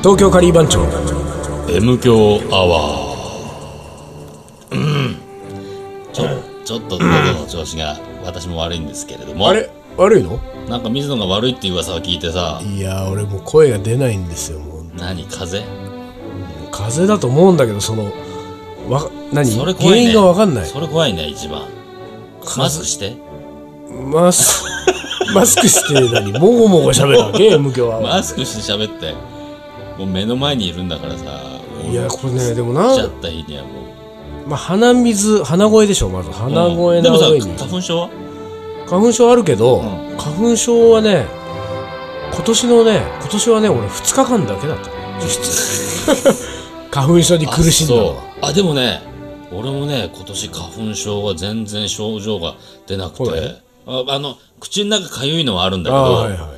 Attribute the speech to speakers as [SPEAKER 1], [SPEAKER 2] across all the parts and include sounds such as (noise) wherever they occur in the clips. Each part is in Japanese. [SPEAKER 1] 東京カリー番長
[SPEAKER 2] M 強アワーうんちょ,、ちょっと喉の調子が私も悪いんですけれども
[SPEAKER 1] あれ悪いの
[SPEAKER 2] なんか水野が悪いっていう噂を聞いてさ
[SPEAKER 1] いやー俺もう声が出ないんですよもう
[SPEAKER 2] 何風邪
[SPEAKER 1] 風邪だと思うんだけどそのわ何
[SPEAKER 2] それ怖
[SPEAKER 1] 原
[SPEAKER 2] いね
[SPEAKER 1] 因が分かんない
[SPEAKER 2] それ怖いね一番
[SPEAKER 1] 風
[SPEAKER 2] マスクして
[SPEAKER 1] マス (laughs) マスクして何もごもご喋るわけ M 響は、
[SPEAKER 2] マスクして喋ってもう目の前にいるんだからさ
[SPEAKER 1] いやこれねでも
[SPEAKER 2] 来ちゃ
[SPEAKER 1] な、
[SPEAKER 2] った日にはもう
[SPEAKER 1] まあ、鼻水鼻声でしょまず鼻
[SPEAKER 2] う
[SPEAKER 1] 声
[SPEAKER 2] んで
[SPEAKER 1] の
[SPEAKER 2] もさ
[SPEAKER 1] 上に、
[SPEAKER 2] 花粉症は
[SPEAKER 1] 花粉症あるけど、
[SPEAKER 2] う
[SPEAKER 1] 花粉症はね今年のね今年はね俺2日間だけだ
[SPEAKER 2] (laughs)
[SPEAKER 1] ったね実は花粉症に苦しんだのは
[SPEAKER 2] あそうあでもね俺もね今年花粉症は全然症状が出なく
[SPEAKER 1] ほ
[SPEAKER 2] てああの口の中かゆいのはあるんだけど、
[SPEAKER 1] あーはいは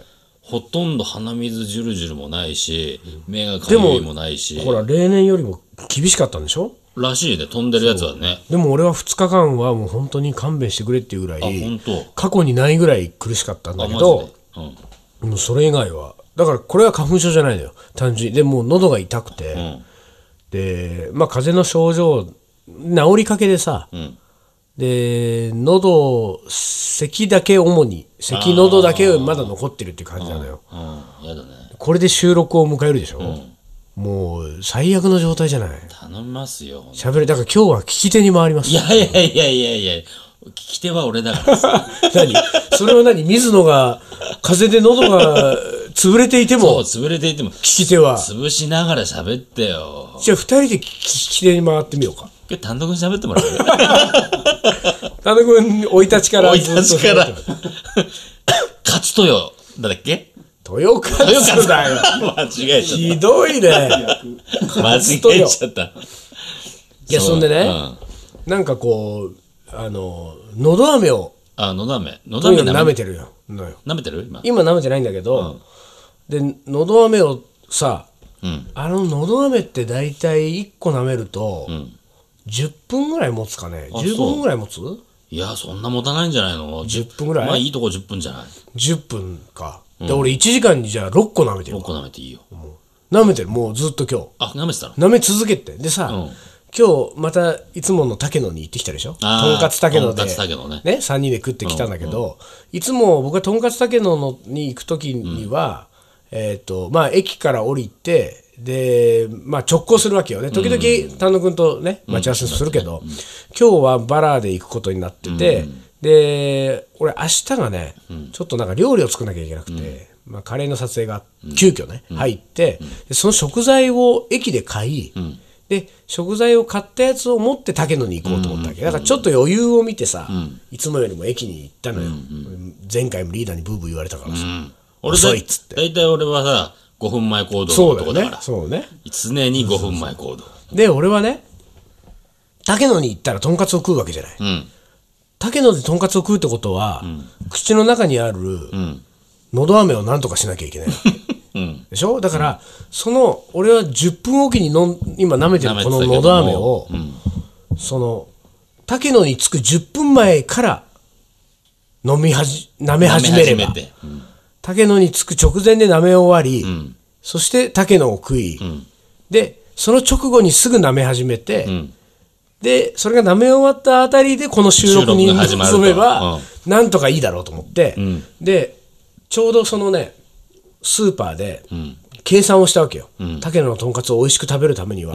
[SPEAKER 2] ほとんど鼻水ジュルジュルもないし目がか
[SPEAKER 1] でも
[SPEAKER 2] ゆいもないし
[SPEAKER 1] いほら例年よりも厳しかったんでしょ
[SPEAKER 2] らしいね飛んでるやつはね
[SPEAKER 1] でも俺は2日間はもう本当に勘弁してくれっていうぐら
[SPEAKER 2] あ本
[SPEAKER 1] い
[SPEAKER 2] 当
[SPEAKER 1] 過去にないぐらい苦しかったんだ
[SPEAKER 2] あ
[SPEAKER 1] け
[SPEAKER 2] マ
[SPEAKER 1] ど
[SPEAKER 2] ジで
[SPEAKER 1] もうそれ以外はだからこれは花粉症じゃないのよ単純にでもう喉が痛くて、
[SPEAKER 2] うんうん
[SPEAKER 1] でまあ風邪の症状治りかけでさ、
[SPEAKER 2] ん
[SPEAKER 1] で喉咳だけ主に咳喉だけまだ残ってるっていう感じなのよ
[SPEAKER 2] うんやだね
[SPEAKER 1] これで収録を迎えるでしょ、もう最悪の状態じゃない
[SPEAKER 2] 頼みますよ
[SPEAKER 1] 喋るだから今日は聞き手に回ります
[SPEAKER 2] いやいやいやいやいや聞き手は俺
[SPEAKER 1] (laughs)
[SPEAKER 2] だからさ
[SPEAKER 1] 何それは何水野が風邪で喉が潰れていて
[SPEAKER 2] そう
[SPEAKER 1] も
[SPEAKER 2] 潰れていても
[SPEAKER 1] 聞き手は
[SPEAKER 2] 潰しながら喋ってよ
[SPEAKER 1] じゃあ2人で聞き手に回ってみようか
[SPEAKER 2] 今日単独に喋ってもらうよ
[SPEAKER 1] 田野君生い立ちから
[SPEAKER 2] 生い
[SPEAKER 1] ずっと
[SPEAKER 2] 立ちから。勝つとよ。なんだっけ
[SPEAKER 1] 豊勝だよ
[SPEAKER 2] 間違えちゃっ
[SPEAKER 1] ひど (laughs) いね
[SPEAKER 2] た。間違えちゃった。
[SPEAKER 1] いや、そんで
[SPEAKER 2] う
[SPEAKER 1] ね、
[SPEAKER 2] ん
[SPEAKER 1] なんかこう、あの、のど飴を、
[SPEAKER 2] あ、のだめ。のだ
[SPEAKER 1] とに
[SPEAKER 2] め
[SPEAKER 1] かく舐
[SPEAKER 2] 舐め
[SPEAKER 1] めてるよ。のよ
[SPEAKER 2] 舐めてる今。
[SPEAKER 1] 今舐めてないんだけど、で、のど飴をさ、
[SPEAKER 2] うん。
[SPEAKER 1] あののど飴って大体1個舐めると、
[SPEAKER 2] ん
[SPEAKER 1] 10分ぐらい持つかね。
[SPEAKER 2] あ
[SPEAKER 1] 15分ぐらい持つ
[SPEAKER 2] いや、そんな持たないんじゃないの
[SPEAKER 1] 10分ぐらい
[SPEAKER 2] まあいいとこ10分じゃない。
[SPEAKER 1] ?10 分か。で、俺1時間にじゃあ6個舐めてる
[SPEAKER 2] 6。個舐めていいよ。
[SPEAKER 1] 舐めてる、もうずっと今
[SPEAKER 2] あ、舐めてたの
[SPEAKER 1] 日。舐め続けて。でさ、
[SPEAKER 2] うん
[SPEAKER 1] 今日またいつもの竹野に行ってきたでしょと
[SPEAKER 2] あー
[SPEAKER 1] んかつ竹野で
[SPEAKER 2] とんかつ竹野ね
[SPEAKER 1] ね、3人で食ってきたんだけど、いつも僕はとんかつたけののに行く時には、えっ、とまあ駅から降りてで、まあ、直行するわけよね時々丹野君とね待ち合わせするけど、今日はバラで行くことになってて、で俺明日がね、ちょっとなんか料理を作んなきゃいけなくて、まあ、カレーの撮影が急遽ね、入って、でその食材を駅で買い、で食材を買ったやつを持って竹野に行こうと思ったわけだからちょっと余裕を見てさ、いつもよりも駅に行ったのよ、前回もリーダーにブーブー言われたからさ、
[SPEAKER 2] うん。俺だ
[SPEAKER 1] 遅い
[SPEAKER 2] い
[SPEAKER 1] っつって
[SPEAKER 2] 大体俺はさ、5分前行動
[SPEAKER 1] そ
[SPEAKER 2] の
[SPEAKER 1] うだ
[SPEAKER 2] とこ
[SPEAKER 1] よ
[SPEAKER 2] だか
[SPEAKER 1] ね
[SPEAKER 2] ら。
[SPEAKER 1] そうね
[SPEAKER 2] 常に5分前行動。
[SPEAKER 1] で俺はね竹野に行ったらとんかつを食うわけじゃない
[SPEAKER 2] うん。
[SPEAKER 1] 竹野でとんかつを食うってことは、口の中にある
[SPEAKER 2] ん
[SPEAKER 1] のど飴をなんとかしなきゃいけないわけ
[SPEAKER 2] (laughs) うん。
[SPEAKER 1] でしょだから、その俺は10分おきに飲ん今舐めてる
[SPEAKER 2] 舐めて
[SPEAKER 1] こ
[SPEAKER 2] た
[SPEAKER 1] の
[SPEAKER 2] けども
[SPEAKER 1] のど飴を、
[SPEAKER 2] うん。
[SPEAKER 1] その竹野に着く10分前から飲みはじ舐め始めれば
[SPEAKER 2] 舐て。うん
[SPEAKER 1] 竹野に着く直前で舐め終わり、
[SPEAKER 2] ん
[SPEAKER 1] そして竹野を食い、
[SPEAKER 2] ん
[SPEAKER 1] でその直後にすぐ舐め始めて、
[SPEAKER 2] ん
[SPEAKER 1] でそれが舐め終わったあたりでこの収録に
[SPEAKER 2] 収録が始まると
[SPEAKER 1] 臨めば、
[SPEAKER 2] うん
[SPEAKER 1] なんとかいいだろうと思って、
[SPEAKER 2] ん
[SPEAKER 1] でちょうどそのねスーパーで
[SPEAKER 2] ん
[SPEAKER 1] 計算をしたわけよ、竹野のとんかつを美味しく食べるためには、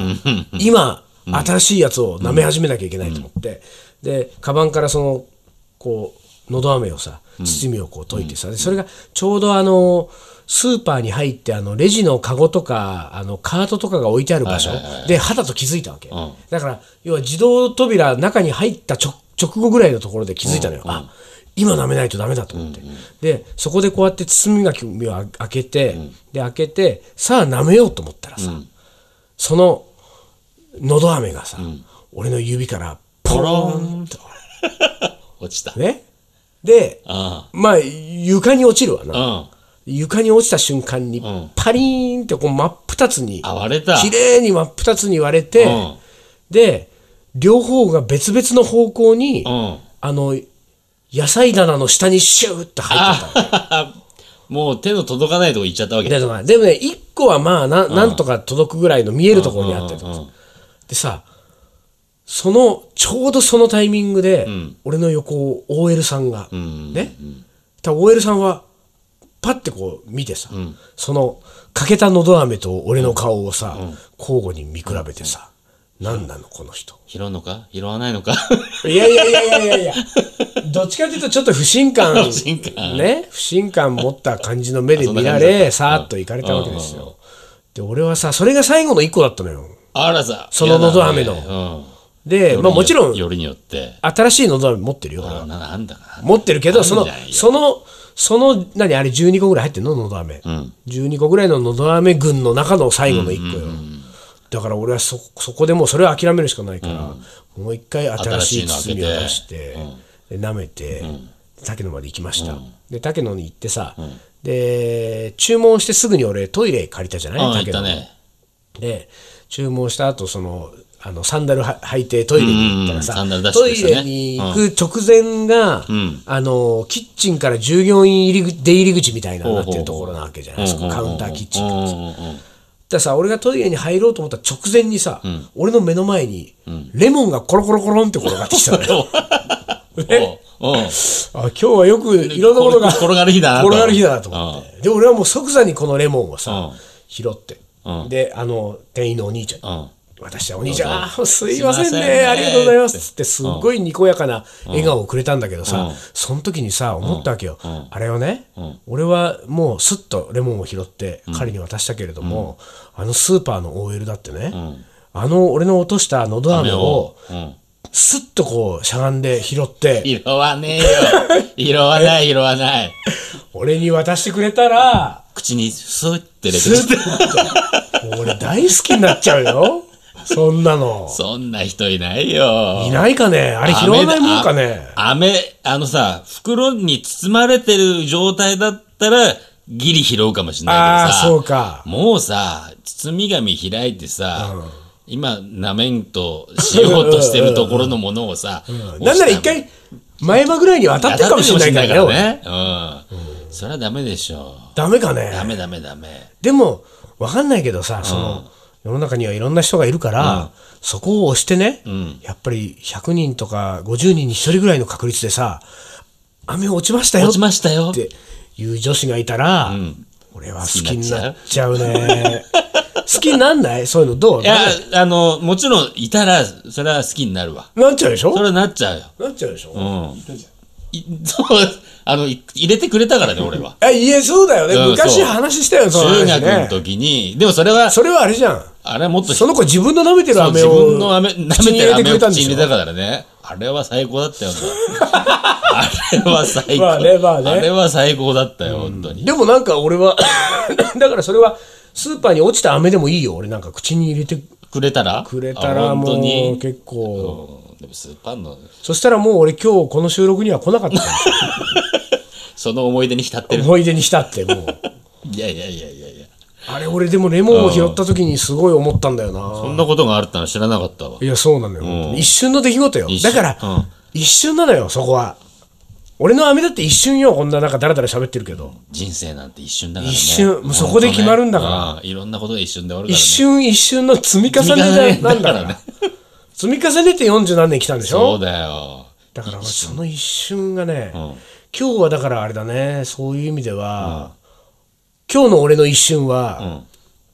[SPEAKER 1] 今、新しいやつを舐め始めなきゃいけないと思って、でカバンからそのこうのど飴をさ包みをこう溶いてさ、でそれがちょうどあのスーパーに入ってあのレジのカゴとかあのカートとかが置いてある場所
[SPEAKER 2] はいはいはい
[SPEAKER 1] で肌と気づいたわけ、
[SPEAKER 2] ん
[SPEAKER 1] だから要は自動扉中に入った直直後ぐらいのところで気づいたのよ、あ今舐めないとダメだと思って、でそこでこうやって包みがきをあ開けて、で開けてさあ舐めようと思ったらさ、そののど飴がさ、俺の指からポロー (laughs) ンと
[SPEAKER 2] 落ちた。
[SPEAKER 1] ねで
[SPEAKER 2] あ
[SPEAKER 1] まあ床に落ちるわな
[SPEAKER 2] あ。
[SPEAKER 1] 床に落ちた瞬間に
[SPEAKER 2] ん
[SPEAKER 1] パリーンってこう真っ二つに
[SPEAKER 2] うん。あ、割れた。
[SPEAKER 1] 綺麗に真っ二つに割れて、
[SPEAKER 2] うん
[SPEAKER 1] で両方が別々の方向に、
[SPEAKER 2] うん。
[SPEAKER 1] あの野菜棚の下にシューって入ってたの
[SPEAKER 2] あもう手の届かないとこ行っちゃったわけ。
[SPEAKER 1] でもねでもね、一個はまあな、なんとか届くぐらいの見えるところにあってと
[SPEAKER 2] うんうん
[SPEAKER 1] か
[SPEAKER 2] うん
[SPEAKER 1] でさ、その、ちょうどそのタイミングで、俺の横を OL さんが、
[SPEAKER 2] ん
[SPEAKER 1] ね。ただ OL さんは、パッてこう見てさ、その、欠けたのど飴と俺の顔をさ、交互に見比べてさ、何なのこの人。
[SPEAKER 2] 拾うのか拾わないのか (laughs)
[SPEAKER 1] いやいやいやいやいやいや、どっちかというとちょっと不信感、
[SPEAKER 2] 不信感
[SPEAKER 1] ね、不信感持った感じの目で見ら
[SPEAKER 2] (laughs) あそんな感じだっ
[SPEAKER 1] れ、
[SPEAKER 2] た
[SPEAKER 1] さーっと行かれたわけですよ。で、俺はさ、それが最後の一個だったのよ。
[SPEAKER 2] あらさ。
[SPEAKER 1] そののど飴の
[SPEAKER 2] 嫌だね
[SPEAKER 1] で、
[SPEAKER 2] うん。
[SPEAKER 1] まあもちろん、
[SPEAKER 2] よりによって。
[SPEAKER 1] 新しいのど飴持ってるよ。
[SPEAKER 2] あななんだかな。
[SPEAKER 1] 持ってるけど、そ
[SPEAKER 2] あ
[SPEAKER 1] の
[SPEAKER 2] るんじゃない、よ
[SPEAKER 1] その、その、何あれ12個ぐらい入ってんののど飴。
[SPEAKER 2] ん
[SPEAKER 1] 12個ぐらいののど飴群の中の最後の1個よ。だから俺はそ、そこでもうそれは諦めるしかないから、もう一回新しい包
[SPEAKER 2] 新しいの開けて
[SPEAKER 1] みを出して、で舐めて、竹野まで行きました。で、竹野に行ってさ、で、注文してすぐに俺トイレ借りたじゃない
[SPEAKER 2] ああ、行
[SPEAKER 1] 竹
[SPEAKER 2] っ
[SPEAKER 1] 野
[SPEAKER 2] た
[SPEAKER 1] の
[SPEAKER 2] ね。
[SPEAKER 1] で注文した後そのあのサンダルは履いてトイレに行ったらさ、
[SPEAKER 2] うんうんうんサンダル出
[SPEAKER 1] ト
[SPEAKER 2] して
[SPEAKER 1] イ
[SPEAKER 2] きたね
[SPEAKER 1] レに行く直前が、あのキッチンから従業員入り口出入り口みたいななってるところなわけじゃないですか、カウンターキッチンからさ。
[SPEAKER 2] うんうんうん
[SPEAKER 1] だからさ俺がトイレに入ろうと思った直前にさ、俺の目の前に、レモンがコロコロコロンって転がってきた
[SPEAKER 2] (laughs)
[SPEAKER 1] のよ
[SPEAKER 2] おうおう
[SPEAKER 1] あ今日はよくいろんなことが
[SPEAKER 2] 転がる日だなと
[SPEAKER 1] 転がる日だなと思って、で俺はもう即座にこのレモンをさ、
[SPEAKER 2] うん
[SPEAKER 1] 拾って、
[SPEAKER 2] うん
[SPEAKER 1] であの店員のお兄ちゃんに
[SPEAKER 2] うん
[SPEAKER 1] 私はお兄ちゃん、
[SPEAKER 2] どうぞ
[SPEAKER 1] あーすいませんね
[SPEAKER 2] すいませんね
[SPEAKER 1] ありがとうございますっつって、すっごいにこやかな笑顔をくれたんだけどさ、その時にさ、思ったわけよ、あれをね、俺はもうすっとレモンを拾って、彼に渡したけれども、あのスーパーの OL だってね、あの俺の落としたのど飴を、
[SPEAKER 2] うん
[SPEAKER 1] すっとこうしゃがんで拾って、
[SPEAKER 2] 拾わねえよ。拾わない、拾わない。
[SPEAKER 1] 俺に渡してくれたら、
[SPEAKER 2] 口にスーって入れて
[SPEAKER 1] ずっと、もう俺大好きになっちゃうよ、そんなの。
[SPEAKER 2] (laughs) そんな人いないよ。
[SPEAKER 1] いないかねあれ拾わないもんかね
[SPEAKER 2] 飴だあ飴、あのさ、袋に包まれてる状態だったら、ギリ拾うかもしれない
[SPEAKER 1] あ
[SPEAKER 2] け
[SPEAKER 1] あ
[SPEAKER 2] ど
[SPEAKER 1] ー、
[SPEAKER 2] さ。
[SPEAKER 1] そうか。
[SPEAKER 2] もうさ、包み紙開いてさ、今、なめんとしようとしてるところのものをさ、
[SPEAKER 1] なんなら一回、前歯ぐらいに当たってるかもしれないからね。俺
[SPEAKER 2] ね。うん。それはダメでしょ。
[SPEAKER 1] ダメか
[SPEAKER 2] ダ
[SPEAKER 1] ね。
[SPEAKER 2] メダメダメ。
[SPEAKER 1] でも、わかんないけどさ、その、世の中にはいろんな人がいるから、そこを押してね、やっぱり100人とか50人に1人ぐらいの確率でさ、雨落ちましたよ
[SPEAKER 2] 落
[SPEAKER 1] っ
[SPEAKER 2] ちましたよ。
[SPEAKER 1] ていう女子がいたら、俺は好きになっちゃうね。 (laughs) 好きになんないそういうのどう
[SPEAKER 2] いや
[SPEAKER 1] な、
[SPEAKER 2] あの、もちろん、いたら、それは好きになるわ。
[SPEAKER 1] なっちゃうでしょ
[SPEAKER 2] それはなっちゃうよ。
[SPEAKER 1] なっちゃうでしょ、
[SPEAKER 2] うん。い (laughs) そう、あの、い入れてくれたからね、俺は。
[SPEAKER 1] あいえ、そうだよね。
[SPEAKER 2] うん
[SPEAKER 1] 昔
[SPEAKER 2] そう
[SPEAKER 1] 話したよ、その
[SPEAKER 2] 中
[SPEAKER 1] 話
[SPEAKER 2] 学の
[SPEAKER 1] ね。
[SPEAKER 2] 時に、でもそれは、
[SPEAKER 1] それはあれじゃん。
[SPEAKER 2] あれはもっと
[SPEAKER 1] その子自分の舐めてる飴
[SPEAKER 2] 自
[SPEAKER 1] を
[SPEAKER 2] 分の飴、舐
[SPEAKER 1] 口に
[SPEAKER 2] め
[SPEAKER 1] 入れて
[SPEAKER 2] てる
[SPEAKER 1] く
[SPEAKER 2] 飴を
[SPEAKER 1] れたんで
[SPEAKER 2] 口に
[SPEAKER 1] し
[SPEAKER 2] 入
[SPEAKER 1] ょ
[SPEAKER 2] れたからね。あれは最高だったよな。あれは最高。
[SPEAKER 1] まあねまあね
[SPEAKER 2] あれは最高だったよ、本当に。
[SPEAKER 1] でもなんか俺は (laughs) だからそれはスーパーに落ちた飴でもいいよ俺なんか口に入れて
[SPEAKER 2] くれたら
[SPEAKER 1] くれたら
[SPEAKER 2] あ本
[SPEAKER 1] も
[SPEAKER 2] 当
[SPEAKER 1] う
[SPEAKER 2] に。
[SPEAKER 1] 結構
[SPEAKER 2] うんでもスーパーの、
[SPEAKER 1] そしたらもう俺今日この収録には来なかったかも
[SPEAKER 2] (laughs)
[SPEAKER 1] しれ
[SPEAKER 2] その思い出に浸って
[SPEAKER 1] ない
[SPEAKER 2] る。
[SPEAKER 1] 思い出にしたってもう
[SPEAKER 2] いやいやいやいやいや。
[SPEAKER 1] あれ俺でもレモンを拾った時にすごい思ったんだよな
[SPEAKER 2] そんなことがあるってのは知らなかったわ。
[SPEAKER 1] いやそうなのよ、一瞬の出来事よ
[SPEAKER 2] 一
[SPEAKER 1] だ
[SPEAKER 2] 瞬
[SPEAKER 1] から、
[SPEAKER 2] うん
[SPEAKER 1] 一瞬なのよそこは俺の飴だって一瞬よこんななんかダラダラ喋ってるけど
[SPEAKER 2] 人生なんて一瞬だからね。
[SPEAKER 1] 一瞬もうそこで決まるんだから
[SPEAKER 2] 本当ね。うんいろんなことが一瞬で終わるから
[SPEAKER 1] 一
[SPEAKER 2] ね。
[SPEAKER 1] 瞬一瞬の積み重ね
[SPEAKER 2] 積み重ね
[SPEAKER 1] だなんだか
[SPEAKER 2] だかららね
[SPEAKER 1] 積み重ねて40何年来たんでしょ
[SPEAKER 2] そうだよ。
[SPEAKER 1] だから俺その一瞬がね、
[SPEAKER 2] ん
[SPEAKER 1] 今日はだからあれだねそういう意味では、今日の俺の一瞬は、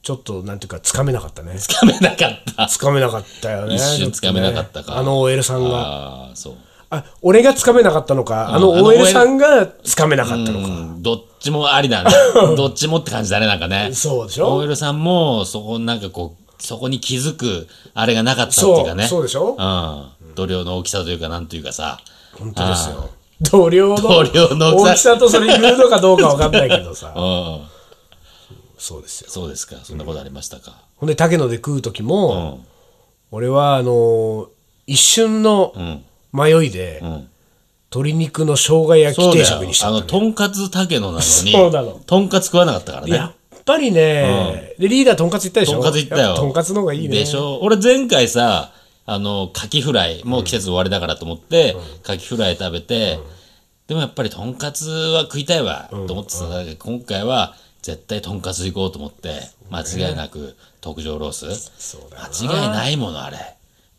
[SPEAKER 1] ちょっとなんていうかつかめなかったね
[SPEAKER 2] つかめなかった。
[SPEAKER 1] つかめなかったよね
[SPEAKER 2] 一瞬つかめなかった
[SPEAKER 1] ちょと
[SPEAKER 2] か
[SPEAKER 1] ねあの OL さんが
[SPEAKER 2] ああ、そう。
[SPEAKER 1] あ俺がつかめなかったのか、あの
[SPEAKER 2] あの
[SPEAKER 1] OL さんがつかめなかったのか、
[SPEAKER 2] うん、どっちもあ
[SPEAKER 1] (laughs)
[SPEAKER 2] りだね。どっちもって感じだね、なんかね。
[SPEAKER 1] そうでしょ
[SPEAKER 2] OL さんも、そこ、なんかこう、そこに気づく、あれがなかったっていう
[SPEAKER 1] そ
[SPEAKER 2] か
[SPEAKER 1] う
[SPEAKER 2] ね。
[SPEAKER 1] そうでしょ
[SPEAKER 2] うん。度量の大きさというか、なんというかさ。
[SPEAKER 1] 本当ですよ同僚の
[SPEAKER 2] 同僚の
[SPEAKER 1] 大きさとそれ言うのかどうかわかんないけどさ
[SPEAKER 2] うん。
[SPEAKER 1] そうですよ
[SPEAKER 2] そうですか。そんなことありましたか。
[SPEAKER 1] ほんで竹野で食う時も、
[SPEAKER 2] うん。
[SPEAKER 1] 俺はあのー一瞬の
[SPEAKER 2] ん
[SPEAKER 1] 迷いで、
[SPEAKER 2] ん
[SPEAKER 1] 鶏肉の生姜焼き
[SPEAKER 2] そう
[SPEAKER 1] 定
[SPEAKER 2] だよ
[SPEAKER 1] 食にし。ちゃ
[SPEAKER 2] あ
[SPEAKER 1] った
[SPEAKER 2] の、
[SPEAKER 1] の
[SPEAKER 2] とんかつ竹野なのに、
[SPEAKER 1] そうなの
[SPEAKER 2] とんかつ食わなかったから
[SPEAKER 1] や
[SPEAKER 2] ね。
[SPEAKER 1] っぱりね、でリーダーとんかつ行ったでしょ
[SPEAKER 2] とんかつ行った
[SPEAKER 1] や
[SPEAKER 2] よ。
[SPEAKER 1] ぱとんかつの方がいいね
[SPEAKER 2] でしょ。俺前回さ、あの、カキフライ、もう季節終わりだからと思って、カキフライ食べて、でもやっぱりとんかつは食いたいわと思ってたんだけど、今回は絶対とんかつ行こうと思って、間違いなく特上ロース。
[SPEAKER 1] そうだ
[SPEAKER 2] 間違いないものあれ。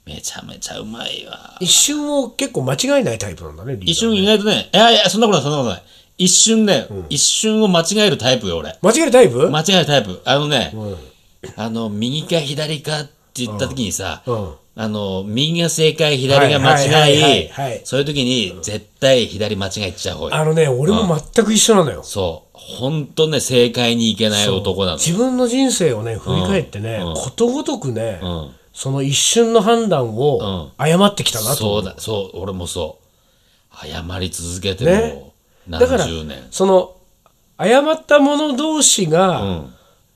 [SPEAKER 2] めちゃめちゃうまいわ。
[SPEAKER 1] 一瞬を結構間違いないタイプなんだね、リーダー
[SPEAKER 2] 一瞬意外とね、いやいや、そんなことない、そんなことない。一瞬ね、一瞬を間違えるタイプよ、俺。
[SPEAKER 1] 間違えるタイ (laughs) プ
[SPEAKER 2] 間違えるタイプ。あのね、あの、右か左かって言った時にさ、
[SPEAKER 1] うん
[SPEAKER 2] あの、右が正解、左が間
[SPEAKER 1] はいはいはい
[SPEAKER 2] 違い
[SPEAKER 1] はいはい、
[SPEAKER 2] そういう時に絶対左間違えちゃう方
[SPEAKER 1] あ
[SPEAKER 2] が
[SPEAKER 1] のね、俺も全く一緒なのよ。
[SPEAKER 2] そう。ほんとね、正解にいけない男なの。
[SPEAKER 1] 自分の人生をね、振り返ってね、ことごとくね、
[SPEAKER 2] ん
[SPEAKER 1] その一瞬の判断を誤ってきたなと思
[SPEAKER 2] そううだ、そう、俺もそう。謝り続けて
[SPEAKER 1] ね
[SPEAKER 2] もう
[SPEAKER 1] だから
[SPEAKER 2] 何十年。、
[SPEAKER 1] その、誤った者同士が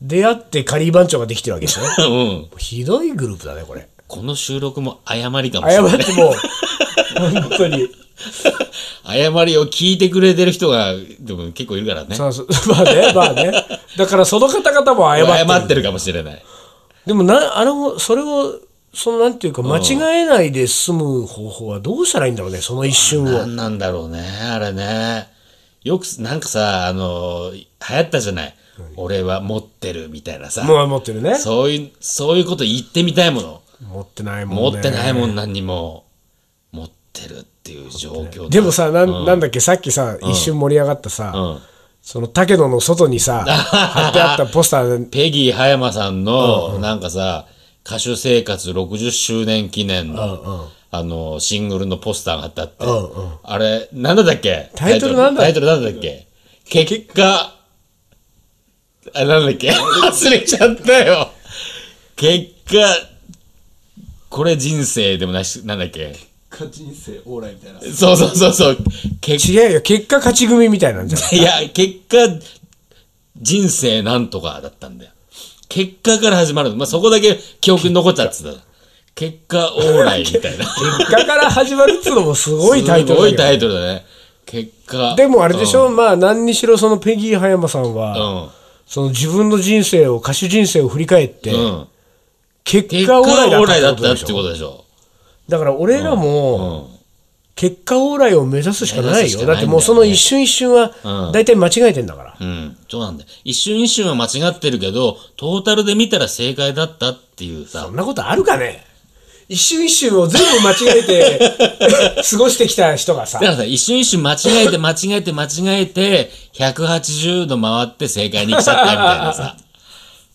[SPEAKER 1] 出会ってカリー番長ができてるわけでしょ。
[SPEAKER 2] うん。
[SPEAKER 1] ひどいグループだね、これ。
[SPEAKER 2] この収録も謝りかもしれ
[SPEAKER 1] 謝
[SPEAKER 2] ない。
[SPEAKER 1] っても、本当に。
[SPEAKER 2] 謝りを聞いてくれてる人がでも結構いるからね。
[SPEAKER 1] さあそ (laughs) まあね、まあね。だからその方々も謝ってる。
[SPEAKER 2] 謝ってるかもしれない。
[SPEAKER 1] でもな、あの、それを、そのなんていうか、間違えないで済む方法はどうしたらいいんだろうね、その一瞬を。
[SPEAKER 2] 何なんだろうね、あれね。よくす、なんかさ、あの、流行ったじゃない。俺は持ってるみたいなさ。
[SPEAKER 1] もう持ってるね。
[SPEAKER 2] そういう、そういうこと言ってみたいもの。
[SPEAKER 1] 持ってないもんね。
[SPEAKER 2] 持ってないもん何にも。持ってるっていう状況
[SPEAKER 1] でもさ、なんなんだっけ、さっきさ、一瞬盛り上がったさ、
[SPEAKER 2] うん。
[SPEAKER 1] その竹野の外にさ、貼ってあったポスタ
[SPEAKER 2] (laughs)
[SPEAKER 1] ー、
[SPEAKER 2] ペギー葉山さんの、なんかさ、歌手生活60周年記念の、あの、シングルのポスターが貼ってあって
[SPEAKER 1] んう、
[SPEAKER 2] あれ、なんだったっけ
[SPEAKER 1] タイトルなんだ
[SPEAKER 2] タイトルなんだっけ結果、あ、なんだっけ忘れちゃったよ。結果、これ人生でもなし、なんだっけ
[SPEAKER 3] 果人生オーライみたいな
[SPEAKER 2] そうそうそうそう。結
[SPEAKER 1] 違うよ、結果勝ち組みたいなんじゃん。
[SPEAKER 2] いや、結果、人生なんとかだったんだよ。結果から始まるの。まあ、そこだけ記憶に残っちゃってた。結果、オーライみ
[SPEAKER 1] (laughs)
[SPEAKER 2] たいな。す
[SPEAKER 1] 結果から始まるっつうのもすごいタイトル
[SPEAKER 2] ご
[SPEAKER 1] だ
[SPEAKER 2] い
[SPEAKER 1] けど
[SPEAKER 2] タイトルだね。結果。
[SPEAKER 1] でもあれでしょ、まあ何にしろそのペギー葉山さんは、その自分の人生を、歌手人生を振り返って、
[SPEAKER 2] うん。うん。
[SPEAKER 1] 結
[SPEAKER 2] 結
[SPEAKER 1] 果オ
[SPEAKER 2] 果、オ
[SPEAKER 1] ー
[SPEAKER 2] ー
[SPEAKER 1] ラ
[SPEAKER 2] ラ
[SPEAKER 1] イ
[SPEAKER 2] イ
[SPEAKER 1] だ
[SPEAKER 2] だ
[SPEAKER 1] っ
[SPEAKER 2] ったた
[SPEAKER 1] っ
[SPEAKER 2] ってて
[SPEAKER 1] こ
[SPEAKER 2] こと
[SPEAKER 1] でしょ
[SPEAKER 2] とでしょ。
[SPEAKER 1] だから俺ら
[SPEAKER 2] う
[SPEAKER 1] も、
[SPEAKER 2] ん。
[SPEAKER 1] 結果オーライを目指すしかな
[SPEAKER 2] 目指
[SPEAKER 1] い
[SPEAKER 2] すし
[SPEAKER 1] よ。
[SPEAKER 2] かないんだ
[SPEAKER 1] だ
[SPEAKER 2] よ
[SPEAKER 1] っ
[SPEAKER 2] ね
[SPEAKER 1] てもうその一瞬一瞬は、大体間違えてんだから。
[SPEAKER 2] うん。そうなんだよ。一瞬一瞬は間違ってるけど、トータルで見たら正解だったっていうさ
[SPEAKER 1] そん。なことあるかね一瞬一瞬を全部間違えて、 (laughs) 過ごしてきた人がさ
[SPEAKER 2] だか、らさ、一瞬一瞬間違えて間違えて間違えて、180度回って正解に来ちゃったみたいなさ。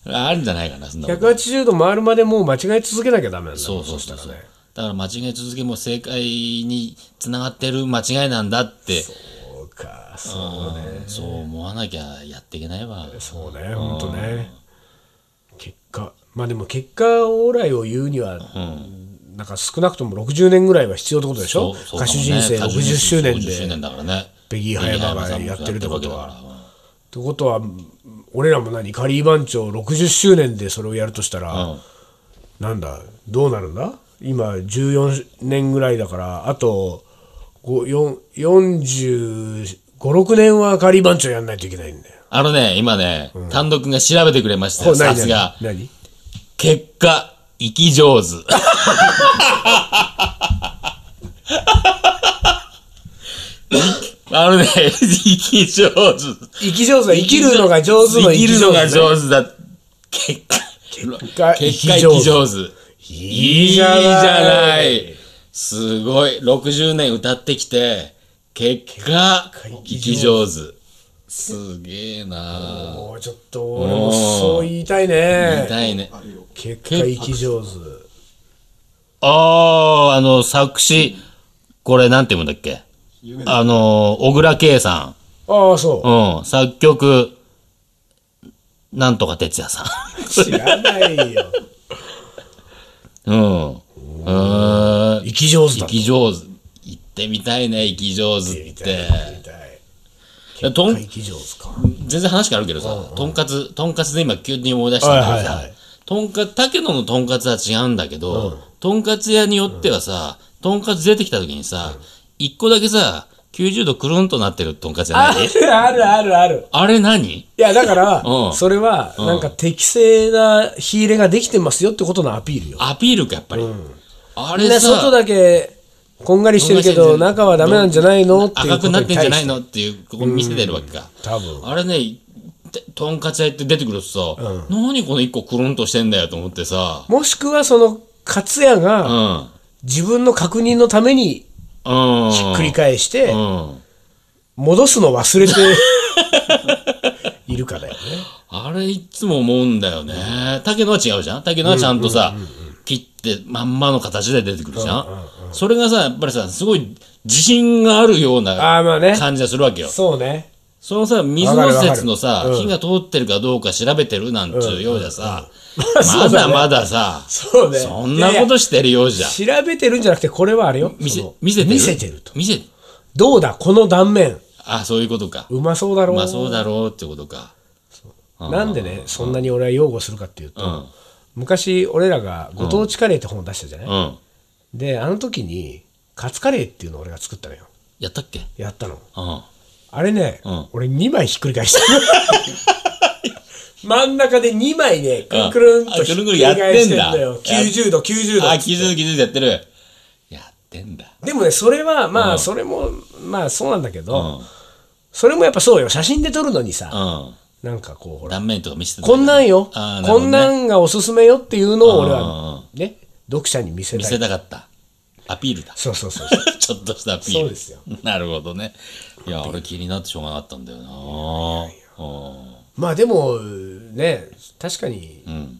[SPEAKER 2] あるんじゃないかな、そんなこと。
[SPEAKER 1] 180度回るまでもう間違え続けなきゃダメなんだ
[SPEAKER 2] そうそうそうそう。だから間違え続けも正解につながってる間違いなんだって、
[SPEAKER 1] そうか、そう
[SPEAKER 2] うんそう思わなきゃやっていけないわ。
[SPEAKER 1] そうね、ほんとね。結果、まあでも結果オーライを言うには、なんか少なくとも60年ぐらいは必要ってことでしょ
[SPEAKER 2] そうそうか
[SPEAKER 1] 歌
[SPEAKER 2] も
[SPEAKER 1] 手
[SPEAKER 2] ね
[SPEAKER 1] 人生
[SPEAKER 2] 歌手人
[SPEAKER 1] 60周年
[SPEAKER 2] 60周
[SPEAKER 1] で。
[SPEAKER 2] 年だからね。
[SPEAKER 1] ペギー葉山がやってるってことは
[SPEAKER 2] ペギー葉山さんもやってるわけだから。うん
[SPEAKER 1] ってことは俺らも何カリー番長60周年でそれをやるとしたら、
[SPEAKER 2] うん
[SPEAKER 1] なんだどうなるんだ今14年ぐらいだからあと456年はカリー番長やんないといけないんだよ。
[SPEAKER 2] あのね、今ね、単独が調べてくれました
[SPEAKER 1] こ
[SPEAKER 2] よ、
[SPEAKER 1] う
[SPEAKER 2] さ
[SPEAKER 1] 何
[SPEAKER 2] すが。
[SPEAKER 1] 何
[SPEAKER 2] 結果、生き上手。あのね、生き上手。
[SPEAKER 1] 生き上手は生きるのが上手の
[SPEAKER 2] 生きる
[SPEAKER 1] 上
[SPEAKER 2] の
[SPEAKER 1] 手ね
[SPEAKER 2] が上手だ。結果、結
[SPEAKER 1] 果
[SPEAKER 2] 果
[SPEAKER 1] 生
[SPEAKER 2] 生
[SPEAKER 1] き上手
[SPEAKER 2] き上手。
[SPEAKER 1] い
[SPEAKER 2] い
[SPEAKER 1] い
[SPEAKER 2] い
[SPEAKER 1] じ
[SPEAKER 2] じ
[SPEAKER 1] ゃ
[SPEAKER 2] ゃ
[SPEAKER 1] ない
[SPEAKER 2] ない。すごい。60年歌ってきて、結果、生き上手。すげえな
[SPEAKER 1] もうちょっと俺もそう言いたいね
[SPEAKER 2] 見たいね。
[SPEAKER 3] あるよ
[SPEAKER 1] 結果生き上手
[SPEAKER 2] ああ、あの、作詞、これなんて読むんだっけ
[SPEAKER 3] 有名な
[SPEAKER 2] あの、小倉圭さ
[SPEAKER 1] ああそ
[SPEAKER 2] ん。うん。作曲、なん (laughs) とか哲也さ
[SPEAKER 1] う知らない
[SPEAKER 2] (laughs)
[SPEAKER 1] よ
[SPEAKER 2] ん。うん。うーん。
[SPEAKER 1] 生き上手だ
[SPEAKER 2] 生き上手。行ってみたいね、生き上手っ
[SPEAKER 1] みた
[SPEAKER 2] て
[SPEAKER 1] い。なみたい
[SPEAKER 2] とん
[SPEAKER 1] 生き上手か
[SPEAKER 2] 全然話変わるけどさ、とんかつ、とんかつで今急に思い出したんだけど
[SPEAKER 1] はいはい
[SPEAKER 2] さ
[SPEAKER 1] はい、
[SPEAKER 2] とんかつ、竹野のとんかつは違うんだけど、とんかつ屋によってはさ、とんかつ出てきた時にさ、一個だけさ、90度くるんとなってるとんかつじゃ
[SPEAKER 1] あ
[SPEAKER 2] ない
[SPEAKER 1] るあるあるある。
[SPEAKER 2] あれ何
[SPEAKER 1] いや、だから、
[SPEAKER 2] うん
[SPEAKER 1] それは、なんか適正な火入れができてますよってことのアピールよ。
[SPEAKER 2] アピールか、やっぱり。あ
[SPEAKER 1] みん
[SPEAKER 2] れ
[SPEAKER 1] な外
[SPEAKER 2] さ、
[SPEAKER 1] だけこんがりしてるけど中はダメなんじゃないのっていう
[SPEAKER 2] 赤
[SPEAKER 1] こ
[SPEAKER 2] く
[SPEAKER 1] と
[SPEAKER 2] なっ
[SPEAKER 1] に
[SPEAKER 2] てんじ
[SPEAKER 1] 対
[SPEAKER 2] ゃない
[SPEAKER 1] して
[SPEAKER 2] のっていう、ここ見せてるわけか。
[SPEAKER 1] 多分
[SPEAKER 2] あれね、てとんかつ屋って出てくるとさ、何この一個くるんとしてんだよと思ってさ、
[SPEAKER 1] もしくはその勝也
[SPEAKER 2] う
[SPEAKER 1] が
[SPEAKER 2] ん。
[SPEAKER 1] 自分の確認のために
[SPEAKER 2] うん。
[SPEAKER 1] ひっくり返して
[SPEAKER 2] うん。
[SPEAKER 1] 戻すの忘
[SPEAKER 2] (laughs)
[SPEAKER 1] れているかだよね
[SPEAKER 2] あれいつも思うんだよね。竹野は違うじゃん竹野はちゃんとさ、切ってまんまの形で出てくるじゃんそれがさ、やっぱりさ、すごい自信があるような
[SPEAKER 1] ああまあね
[SPEAKER 2] 感じがするわけよ。
[SPEAKER 1] そうね
[SPEAKER 2] そのさ、水の説の
[SPEAKER 1] わか
[SPEAKER 2] さ
[SPEAKER 1] る、わかるうん
[SPEAKER 2] 火が通ってるかどうか調べてるなんつうようじゃさ、
[SPEAKER 1] そ
[SPEAKER 2] ま
[SPEAKER 1] うだ
[SPEAKER 2] だ
[SPEAKER 1] ね
[SPEAKER 2] まださ、
[SPEAKER 1] そうね
[SPEAKER 2] そんなことしてるようじゃん。
[SPEAKER 1] 調べてるんじゃなくてこれはあれよ
[SPEAKER 2] 見せ
[SPEAKER 1] その、
[SPEAKER 2] 見せてる
[SPEAKER 1] 見せてると
[SPEAKER 2] 見せ、
[SPEAKER 1] どうだこの断面
[SPEAKER 2] あ、そういうことか。
[SPEAKER 1] うまそうだろ
[SPEAKER 2] まあそうだろうってことか。
[SPEAKER 1] なんでねそんなに俺は擁護するかっていうと、
[SPEAKER 2] うん。
[SPEAKER 1] 昔俺らがご当地カレーって本を出したじゃない、
[SPEAKER 2] うん。
[SPEAKER 1] であの時にカツカレーっていうのを俺が作ったのよ
[SPEAKER 2] やったっけ
[SPEAKER 1] やったの
[SPEAKER 2] うん。
[SPEAKER 1] あれね、
[SPEAKER 2] うん
[SPEAKER 1] 俺2枚ひっくり返
[SPEAKER 2] (laughs)
[SPEAKER 1] した。真ん中で2枚ね、くるんくるん
[SPEAKER 2] うん
[SPEAKER 1] とひ
[SPEAKER 2] あく
[SPEAKER 1] っ
[SPEAKER 2] るん
[SPEAKER 1] く
[SPEAKER 2] くるん
[SPEAKER 1] り
[SPEAKER 2] やってん
[SPEAKER 1] 返して
[SPEAKER 2] だ
[SPEAKER 1] んだよ。90度、90
[SPEAKER 2] あ、
[SPEAKER 1] 度。
[SPEAKER 2] 気づいて気づいてやってる。やってんだ。
[SPEAKER 1] でもね、それは、ま
[SPEAKER 2] う
[SPEAKER 1] あ、
[SPEAKER 2] ん
[SPEAKER 1] それも、まあ、そうなんだけ
[SPEAKER 2] う
[SPEAKER 1] ど、それもやっぱそうよ。写真で撮るのにさ、
[SPEAKER 2] ん。うん。
[SPEAKER 1] なんかこう、ほら、
[SPEAKER 2] 断面とか見せてたけど
[SPEAKER 1] こんなんよ。
[SPEAKER 2] あー
[SPEAKER 1] こんな
[SPEAKER 2] るほどね
[SPEAKER 1] んがおすすめよっていうのを俺は
[SPEAKER 2] あ、
[SPEAKER 1] ね、読者に見せ
[SPEAKER 2] 見
[SPEAKER 1] た
[SPEAKER 2] せ
[SPEAKER 1] い。
[SPEAKER 2] たかった。アピールだ。
[SPEAKER 1] そうそうそう。
[SPEAKER 2] ちょっとしたアピール。
[SPEAKER 1] そうですよ。
[SPEAKER 2] なるほどね。いや、俺気になってしょうがなかったんだよな。うん
[SPEAKER 1] まあ、でも、ね、確かに、
[SPEAKER 2] うん。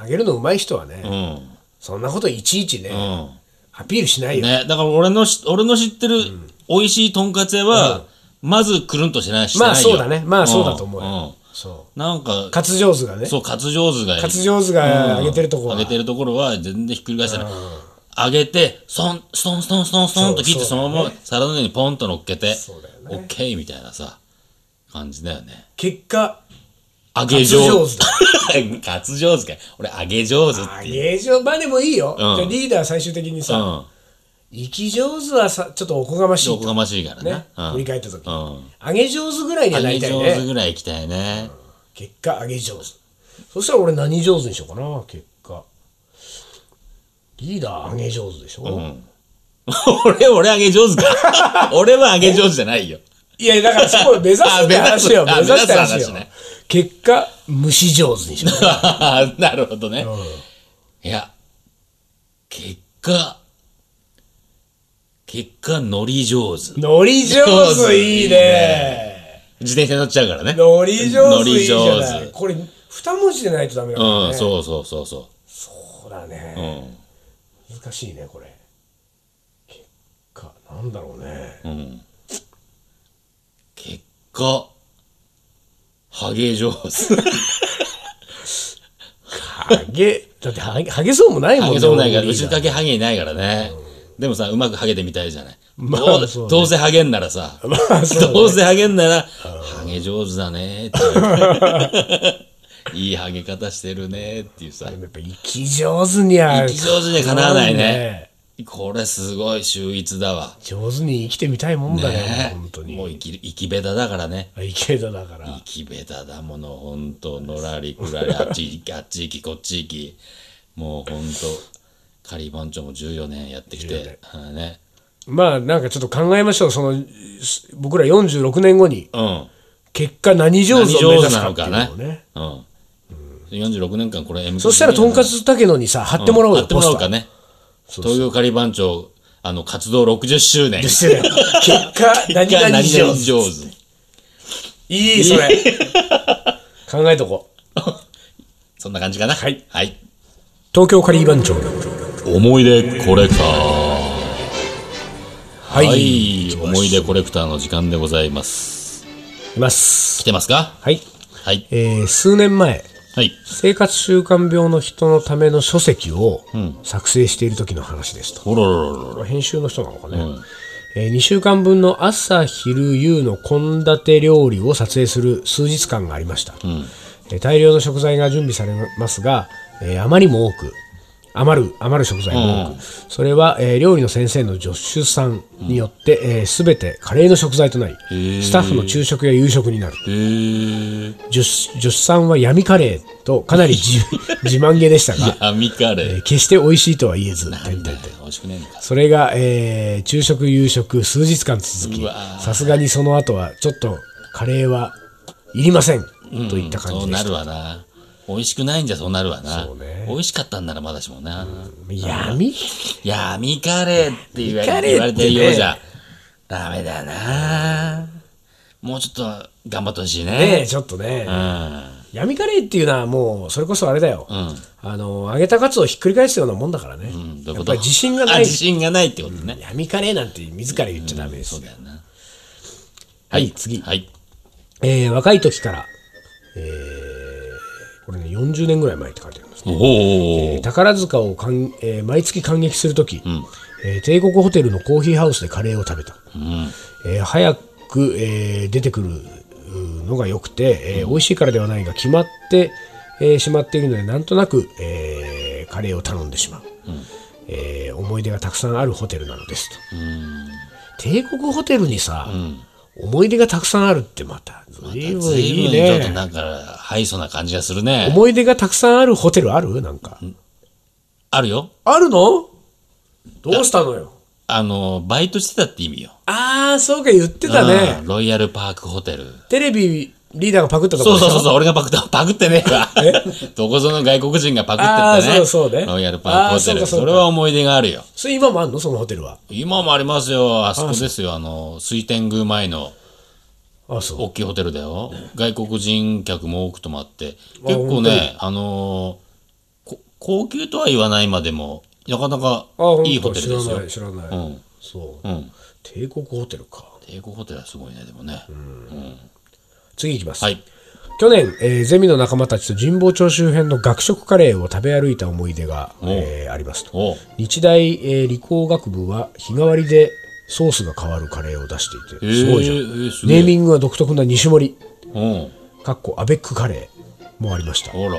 [SPEAKER 1] あげるの上手い人はね、
[SPEAKER 2] うん。
[SPEAKER 1] そんなこといちいちね、
[SPEAKER 2] うん。
[SPEAKER 1] アピールしないよ。
[SPEAKER 2] ね、だから俺のし俺の知ってる美味しいとんかつ屋は、まずくるんとしてないしてない
[SPEAKER 1] ま
[SPEAKER 2] よ
[SPEAKER 1] あそうだねまあそうだと思うよ
[SPEAKER 2] んん
[SPEAKER 1] そ
[SPEAKER 2] なんか
[SPEAKER 1] う。活上手がね。
[SPEAKER 2] そうカツ上手がいい
[SPEAKER 1] 活上手が上げてるとこは
[SPEAKER 2] 上げてるところは全然ひっくり返してない、上げてそんストンストンストンストンと切って
[SPEAKER 1] そ
[SPEAKER 2] そうのまま皿の上にポンと乗っけて、
[SPEAKER 1] そうだよ
[SPEAKER 2] オッケーみたいなさ感じだよね
[SPEAKER 1] 結果、
[SPEAKER 2] 揚げ上
[SPEAKER 1] カツ
[SPEAKER 2] (laughs) 手カツ上手か俺揚げ上手ってい
[SPEAKER 1] 上
[SPEAKER 2] う
[SPEAKER 1] 上まあでもいいよ。
[SPEAKER 2] うん
[SPEAKER 1] じゃあリーダー最終的に
[SPEAKER 2] う
[SPEAKER 1] さ、
[SPEAKER 2] ん
[SPEAKER 1] 生き上手はさ、ちょっとおこがましい
[SPEAKER 2] お
[SPEAKER 1] と。
[SPEAKER 2] こがましいからね
[SPEAKER 1] ね
[SPEAKER 2] うん、
[SPEAKER 1] 振り返った時
[SPEAKER 2] うん
[SPEAKER 1] 上げ上手ぐらいには
[SPEAKER 2] 揚
[SPEAKER 1] な
[SPEAKER 2] げ
[SPEAKER 1] りたい
[SPEAKER 2] 上手
[SPEAKER 1] ね。
[SPEAKER 2] ぐらい行きたいね、
[SPEAKER 1] 結果、上げ上手。そしたら俺何上手にしようかな、結果。リーダー上げ上手でしょ、
[SPEAKER 2] (laughs) 俺、俺揚げ上
[SPEAKER 1] (laughs)
[SPEAKER 2] 手か。俺は揚げ上手じゃないよ。 (laughs)
[SPEAKER 1] いや、だからそこを目指すって話よ。目
[SPEAKER 2] あ目
[SPEAKER 1] 指
[SPEAKER 2] 指す
[SPEAKER 1] すって話
[SPEAKER 2] あ目指す話
[SPEAKER 1] よ
[SPEAKER 2] ね。
[SPEAKER 1] 結果、虫上手にしよう。
[SPEAKER 2] なるほど (laughs) ね。いや、結果、結果、乗り上手。
[SPEAKER 1] ノリ上手いい
[SPEAKER 2] 上手い
[SPEAKER 1] ね
[SPEAKER 2] いね。自転車乗っちゃうからね。
[SPEAKER 1] ノリ上手いいじゃ
[SPEAKER 2] 乗り
[SPEAKER 1] な
[SPEAKER 2] 上
[SPEAKER 1] い
[SPEAKER 2] 手
[SPEAKER 1] これ二文字でないとダメだから
[SPEAKER 2] う
[SPEAKER 1] ね
[SPEAKER 2] ん、そうそうそうそ
[SPEAKER 1] そうだ
[SPEAKER 2] う。う
[SPEAKER 1] ね、
[SPEAKER 2] ん。
[SPEAKER 1] 難しいねこれ結果なんだろうね
[SPEAKER 2] うん。結果、ハゲ
[SPEAKER 1] (laughs)
[SPEAKER 2] 上手。
[SPEAKER 1] ハゲだってハゲハゲそうもないもん
[SPEAKER 2] ハ
[SPEAKER 1] ね
[SPEAKER 2] ゲそうもないから、
[SPEAKER 1] 俺
[SPEAKER 2] 後ろかけハゲいないからね。でもさ、うまくハゲてみたいじゃない。
[SPEAKER 1] まあ
[SPEAKER 2] どう
[SPEAKER 1] そうね
[SPEAKER 2] どうせハゲんならさ、
[SPEAKER 1] まあ (laughs) そうね
[SPEAKER 2] どうせハゲんなら、ハゲ上手だねっていう。 (laughs) いいハゲ方してるねっていうさ
[SPEAKER 1] で。もやっぱ生き上手には
[SPEAKER 2] 生き上手にはかなわない
[SPEAKER 1] か
[SPEAKER 2] ね。これすごい秀逸だわ。
[SPEAKER 1] 上手に生きてみたいもんだね本当
[SPEAKER 2] も
[SPEAKER 1] に
[SPEAKER 2] う生き、生きべただからね。
[SPEAKER 1] 池田だから
[SPEAKER 2] 生きべただもの、ほんと、のらりくら
[SPEAKER 1] (laughs)
[SPEAKER 2] り、あっち行き、あっち行き、こっち行き。もうほんと、カリー番長も14年やってきて、あのね。
[SPEAKER 1] まあなんかちょっと考えましょうそのす僕ら46年後に
[SPEAKER 2] うん。
[SPEAKER 1] 結果何上手を目指すかっていうのを
[SPEAKER 2] 何上手な
[SPEAKER 1] ね
[SPEAKER 2] うん。46年間これ M
[SPEAKER 1] そしたらとんかつたけのにさ貼ってもらおうよ、
[SPEAKER 2] やってもらおう
[SPEAKER 1] ポスター
[SPEAKER 2] かね。東京仮番長、あの、活動60周年。
[SPEAKER 1] してね。結果、何
[SPEAKER 2] が
[SPEAKER 1] 々上手。
[SPEAKER 2] 上手。
[SPEAKER 1] いい、それ。考えとこう。
[SPEAKER 2] そんな感じかな。はい。はい。
[SPEAKER 1] 東京カリー番長の。
[SPEAKER 2] 思い出コレクター。は
[SPEAKER 1] はい。
[SPEAKER 2] い。思い
[SPEAKER 1] 出。
[SPEAKER 2] 出コレクターの時間でございます。
[SPEAKER 1] いま
[SPEAKER 2] 来
[SPEAKER 1] す。
[SPEAKER 2] てますか
[SPEAKER 1] はい。
[SPEAKER 2] はい。
[SPEAKER 1] えー数年前、
[SPEAKER 2] はい。
[SPEAKER 1] 生活習慣病の人のための書籍を作成している時の話ですと。
[SPEAKER 2] おろろろろろ。
[SPEAKER 1] 編集の人なのかね。え2週間分の朝、昼、夕の献立料理を撮影する数日間がありました。えー大量の食材が準備されますが、えーあまりも多く、余る余る食材も多く、それは、えー料理の先生の助手さんによって、えー全てカレーの食材となり、
[SPEAKER 2] ー
[SPEAKER 1] スタッフの昼食や夕食になる
[SPEAKER 2] へえ。
[SPEAKER 1] 助手助手さんは闇カレーとかなり自 (laughs) 自慢げでしたが、
[SPEAKER 2] 網カレ
[SPEAKER 1] えー
[SPEAKER 2] ー。
[SPEAKER 1] 決して美味しいとは言えず点々
[SPEAKER 2] 美味しくねえのか。
[SPEAKER 1] それが、えー昼食夕食数日間続き
[SPEAKER 2] うわー
[SPEAKER 1] さすがにその後はちょっとカレーはいりませんといった感
[SPEAKER 2] そ
[SPEAKER 1] じ
[SPEAKER 2] う
[SPEAKER 1] で
[SPEAKER 2] な
[SPEAKER 1] した、
[SPEAKER 2] るわな。美味しくないんじゃそうなるわな。
[SPEAKER 1] そうね
[SPEAKER 2] 美味しかったんならまだしもな。
[SPEAKER 1] 闇
[SPEAKER 2] いや、網カレーって言わ
[SPEAKER 1] 網カレーってね
[SPEAKER 2] 言われてるようじゃ、ダメだな。もうちょっと頑張ってほしい
[SPEAKER 1] ねえ
[SPEAKER 2] ね。
[SPEAKER 1] ちょっとね、
[SPEAKER 2] うん。
[SPEAKER 1] 闇カレーっていうのはもうそれこそあれだよ、
[SPEAKER 2] ん
[SPEAKER 1] あの揚げたカツをひっくり返すようなもんだからね、
[SPEAKER 2] うんど
[SPEAKER 1] や
[SPEAKER 2] ういうこ
[SPEAKER 1] っ
[SPEAKER 2] と
[SPEAKER 1] ぱり自信がな
[SPEAKER 2] あ
[SPEAKER 1] い
[SPEAKER 2] 自信がないってことね。
[SPEAKER 1] 闇カレーなんて自ら言っちゃダメですよ、
[SPEAKER 2] だよな。
[SPEAKER 1] はい次、
[SPEAKER 2] はい。
[SPEAKER 1] えー若い時から、えーこれね40年ぐらい前って書いてあるんです
[SPEAKER 2] お
[SPEAKER 1] え
[SPEAKER 2] お
[SPEAKER 1] ー。宝塚をかん、えー毎月感激するとき、
[SPEAKER 2] ん
[SPEAKER 1] えー帝国ホテルのコーヒーハウスでカレーを食べた、
[SPEAKER 2] うん。
[SPEAKER 1] えー早く、えー出てくるうーのが良くて、えー美味しいからではないが決まって、えーしまっているのでなんとなく、えーカレーを頼んでしまう、えー思い出がたくさんあるホテルなのですと、帝国ホテルにさ、思い出がたくさんあるってまた随分
[SPEAKER 2] ず
[SPEAKER 1] い
[SPEAKER 2] い
[SPEAKER 1] い
[SPEAKER 2] ぶんちょっと
[SPEAKER 1] ね
[SPEAKER 2] なんか、ハイソな感じがするね。
[SPEAKER 1] 思い出がたくさんあるホテルあるなんか、
[SPEAKER 2] あるよ。
[SPEAKER 1] あるのどうしたのよ
[SPEAKER 2] あの、バイトしてたって意味よ。
[SPEAKER 1] ああ、そうか、言ってたね
[SPEAKER 2] う。んロイヤルパークホテル。
[SPEAKER 1] テレビリーダーがパクったとこで
[SPEAKER 2] そう
[SPEAKER 1] しょ
[SPEAKER 2] そうそうそう、俺がパクった、パクってねえわ。どこぞの外国人がパクって
[SPEAKER 1] あー
[SPEAKER 2] ったね。
[SPEAKER 1] そうそうね
[SPEAKER 2] ロイヤルパークホテ
[SPEAKER 1] あーそうか
[SPEAKER 2] ル。
[SPEAKER 1] そうか
[SPEAKER 2] それは思い出があるよ。
[SPEAKER 1] それ今もあんのそのホテルは。
[SPEAKER 2] 今もありますよ。あそこですよ。あの、水天宮前の
[SPEAKER 1] あそう。
[SPEAKER 2] 大きいホテルだよ。外国人客も多く泊まって。結構ね、あのーこ高級とは言わないまでも、なかなか
[SPEAKER 1] あ本当
[SPEAKER 2] いいホテルです
[SPEAKER 1] 知
[SPEAKER 2] よ。
[SPEAKER 1] らない、知ら
[SPEAKER 2] う
[SPEAKER 1] ない。
[SPEAKER 2] ん。
[SPEAKER 1] そう。
[SPEAKER 2] うん。
[SPEAKER 1] 帝国ホテルか。
[SPEAKER 2] 帝国ホテルはすごいね、でもね。
[SPEAKER 1] 次いきます。
[SPEAKER 2] はい。
[SPEAKER 1] 去年、えーゼミの仲間たちと神保町周辺の学食カレーを食べ歩いた思い出が、えーありますと。
[SPEAKER 2] おう
[SPEAKER 1] 日大、えー理工学部は日替わりでソースが変わるカレーを出してい
[SPEAKER 2] え
[SPEAKER 1] て、すごいじゃん。
[SPEAKER 2] えーすげ
[SPEAKER 1] ネ
[SPEAKER 2] え
[SPEAKER 1] ーミングは独特な西森、
[SPEAKER 2] うん。
[SPEAKER 1] かっこアベックカレーもありました。
[SPEAKER 2] ほら。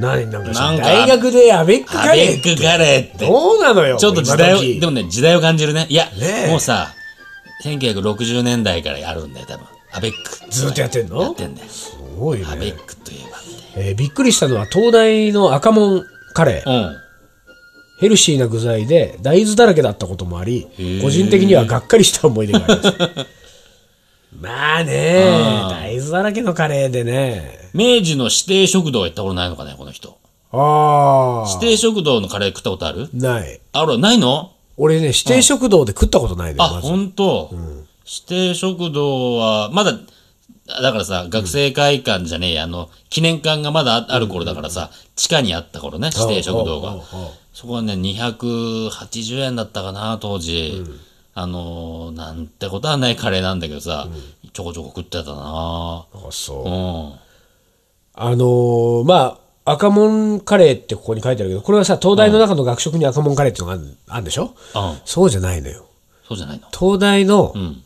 [SPEAKER 1] 何なんかさ
[SPEAKER 2] なんか
[SPEAKER 1] 大学でアベックカ
[SPEAKER 2] ア
[SPEAKER 1] レ
[SPEAKER 2] ベ
[SPEAKER 1] ー
[SPEAKER 2] ッ
[SPEAKER 1] って
[SPEAKER 2] クカレーって。
[SPEAKER 1] どうなのよ
[SPEAKER 2] ちょっと時代
[SPEAKER 1] 今時
[SPEAKER 2] を、でもね、時代を感じるね。いや、
[SPEAKER 1] ねえ
[SPEAKER 2] もうさ、1960年代からやるんだよ、多分。アベック。
[SPEAKER 1] ずっとやってんの
[SPEAKER 2] やってんだよ。
[SPEAKER 1] すごい
[SPEAKER 2] ア
[SPEAKER 1] ね、
[SPEAKER 2] ベックといえばって。
[SPEAKER 1] えーびっくりしたのは東大の赤門カレー、
[SPEAKER 2] うん。
[SPEAKER 1] ヘルシーな具材で大豆だらけだったこともあり
[SPEAKER 2] ー
[SPEAKER 1] 個人的にはがっかりした思い出があります
[SPEAKER 2] (laughs)
[SPEAKER 1] まあね大豆だらけのカレーでね
[SPEAKER 2] 明治の指定食堂行ったことないのかね、この人。
[SPEAKER 1] ああ
[SPEAKER 2] 指定食堂のカレー食ったことある
[SPEAKER 1] ない
[SPEAKER 2] あら、ないの
[SPEAKER 1] 俺ね指定食堂で食ったことないの
[SPEAKER 2] あ、
[SPEAKER 1] よまず
[SPEAKER 2] ほんと。指定食堂は、まだ、だからさ、学生会館じゃねえや、あの、記念館がまだあある頃だからさ、地下にあった頃ね、指定食堂
[SPEAKER 1] おうおう
[SPEAKER 2] が。
[SPEAKER 1] おうおう
[SPEAKER 2] そこはね、280円だったかな、当時。あのー、なんてことはないカレーなんだけどさ、ちょこちょこ食ってたな
[SPEAKER 1] あそう
[SPEAKER 2] うん。
[SPEAKER 1] あのーまあ、赤門カレーってここに書いてあるけど、これはさ、東大の中の学食に赤門カレーっていうのがあるあるんでしょ、
[SPEAKER 2] うん
[SPEAKER 1] そうじゃないのよ。
[SPEAKER 2] そうじゃないの。
[SPEAKER 1] 東大の、
[SPEAKER 2] ん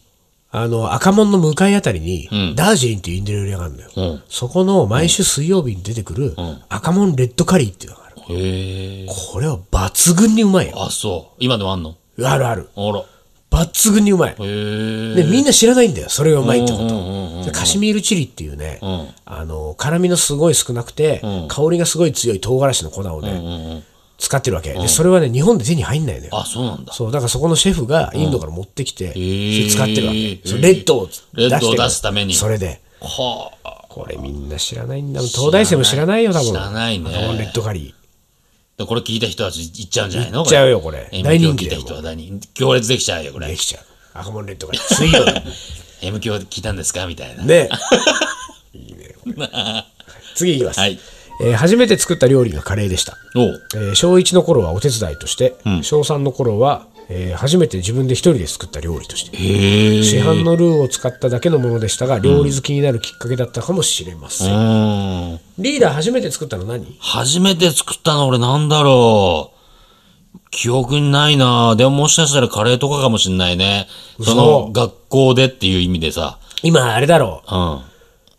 [SPEAKER 1] あの、赤門の向かいあたりに、
[SPEAKER 2] うん
[SPEAKER 1] ダージリンっていうインド料理屋があるのよ。
[SPEAKER 2] うん。
[SPEAKER 1] そこの毎週水曜日に出てくる、
[SPEAKER 2] ん
[SPEAKER 1] 赤門レッドカリーっていうのがある。
[SPEAKER 2] へえ。
[SPEAKER 1] これは抜群にうまいよ。
[SPEAKER 2] あ、そう。今でもあんの
[SPEAKER 1] あるある。
[SPEAKER 2] あら。
[SPEAKER 1] 抜群にうまい。
[SPEAKER 2] へえ。
[SPEAKER 1] で、みんな知らないんだよ。それがうまいってこと。
[SPEAKER 2] うんうんうんうん
[SPEAKER 1] でカシミールチリっていうね、
[SPEAKER 2] ん
[SPEAKER 1] あの、辛みのすごい少なくて、香りがすごい強い唐辛子の粉をね、
[SPEAKER 2] うんうん。
[SPEAKER 1] 使ってるわけ、でそれはね日本で手に入んないのよ
[SPEAKER 2] あ、そうなんだ。
[SPEAKER 1] そうだからそこのシェフがインドから持ってきて、それ使ってるわけ、
[SPEAKER 2] へー
[SPEAKER 1] そうレッドを
[SPEAKER 2] レッドを
[SPEAKER 1] てる
[SPEAKER 2] 出すために
[SPEAKER 1] それで
[SPEAKER 2] はあ。
[SPEAKER 1] これみんな知らないんだもん東大生も知らないよ多分
[SPEAKER 2] 知らないね
[SPEAKER 1] あのレッドカリ
[SPEAKER 2] でこれ聞いた人たちいっちゃうんじゃないの
[SPEAKER 1] いっちゃうよこれ大
[SPEAKER 2] 大
[SPEAKER 1] 人
[SPEAKER 2] 人
[SPEAKER 1] 気
[SPEAKER 2] 気。聞
[SPEAKER 1] だよ
[SPEAKER 2] いた人は大人気。行列できちゃうよ、こ
[SPEAKER 1] ー
[SPEAKER 2] れ
[SPEAKER 1] で。きちゃう赤門レッドカリー水 (laughs) 曜日
[SPEAKER 2] M 響聞いたんですかみたいな。
[SPEAKER 1] ねいいねこれ (laughs) 次いきます、
[SPEAKER 2] はい。
[SPEAKER 1] えー初めて作った料理がカレーでした、
[SPEAKER 2] おう。
[SPEAKER 1] えー小1の頃はお手伝いとして、小3の頃は、えー初めて自分で一人で作った料理として
[SPEAKER 2] へえ。
[SPEAKER 1] 市販のルーを使っただけのものでしたが、料理好きになるきっかけだったかもしれません。
[SPEAKER 2] うん。
[SPEAKER 1] リーダー初めて作ったの何
[SPEAKER 2] 初めて作ったの俺なんだろう。記憶にないなでももしかしたらカレーとかかもしんないね。
[SPEAKER 1] 嘘
[SPEAKER 2] その学校でっていう意味でさ。
[SPEAKER 1] 今あれだろう。
[SPEAKER 2] うん。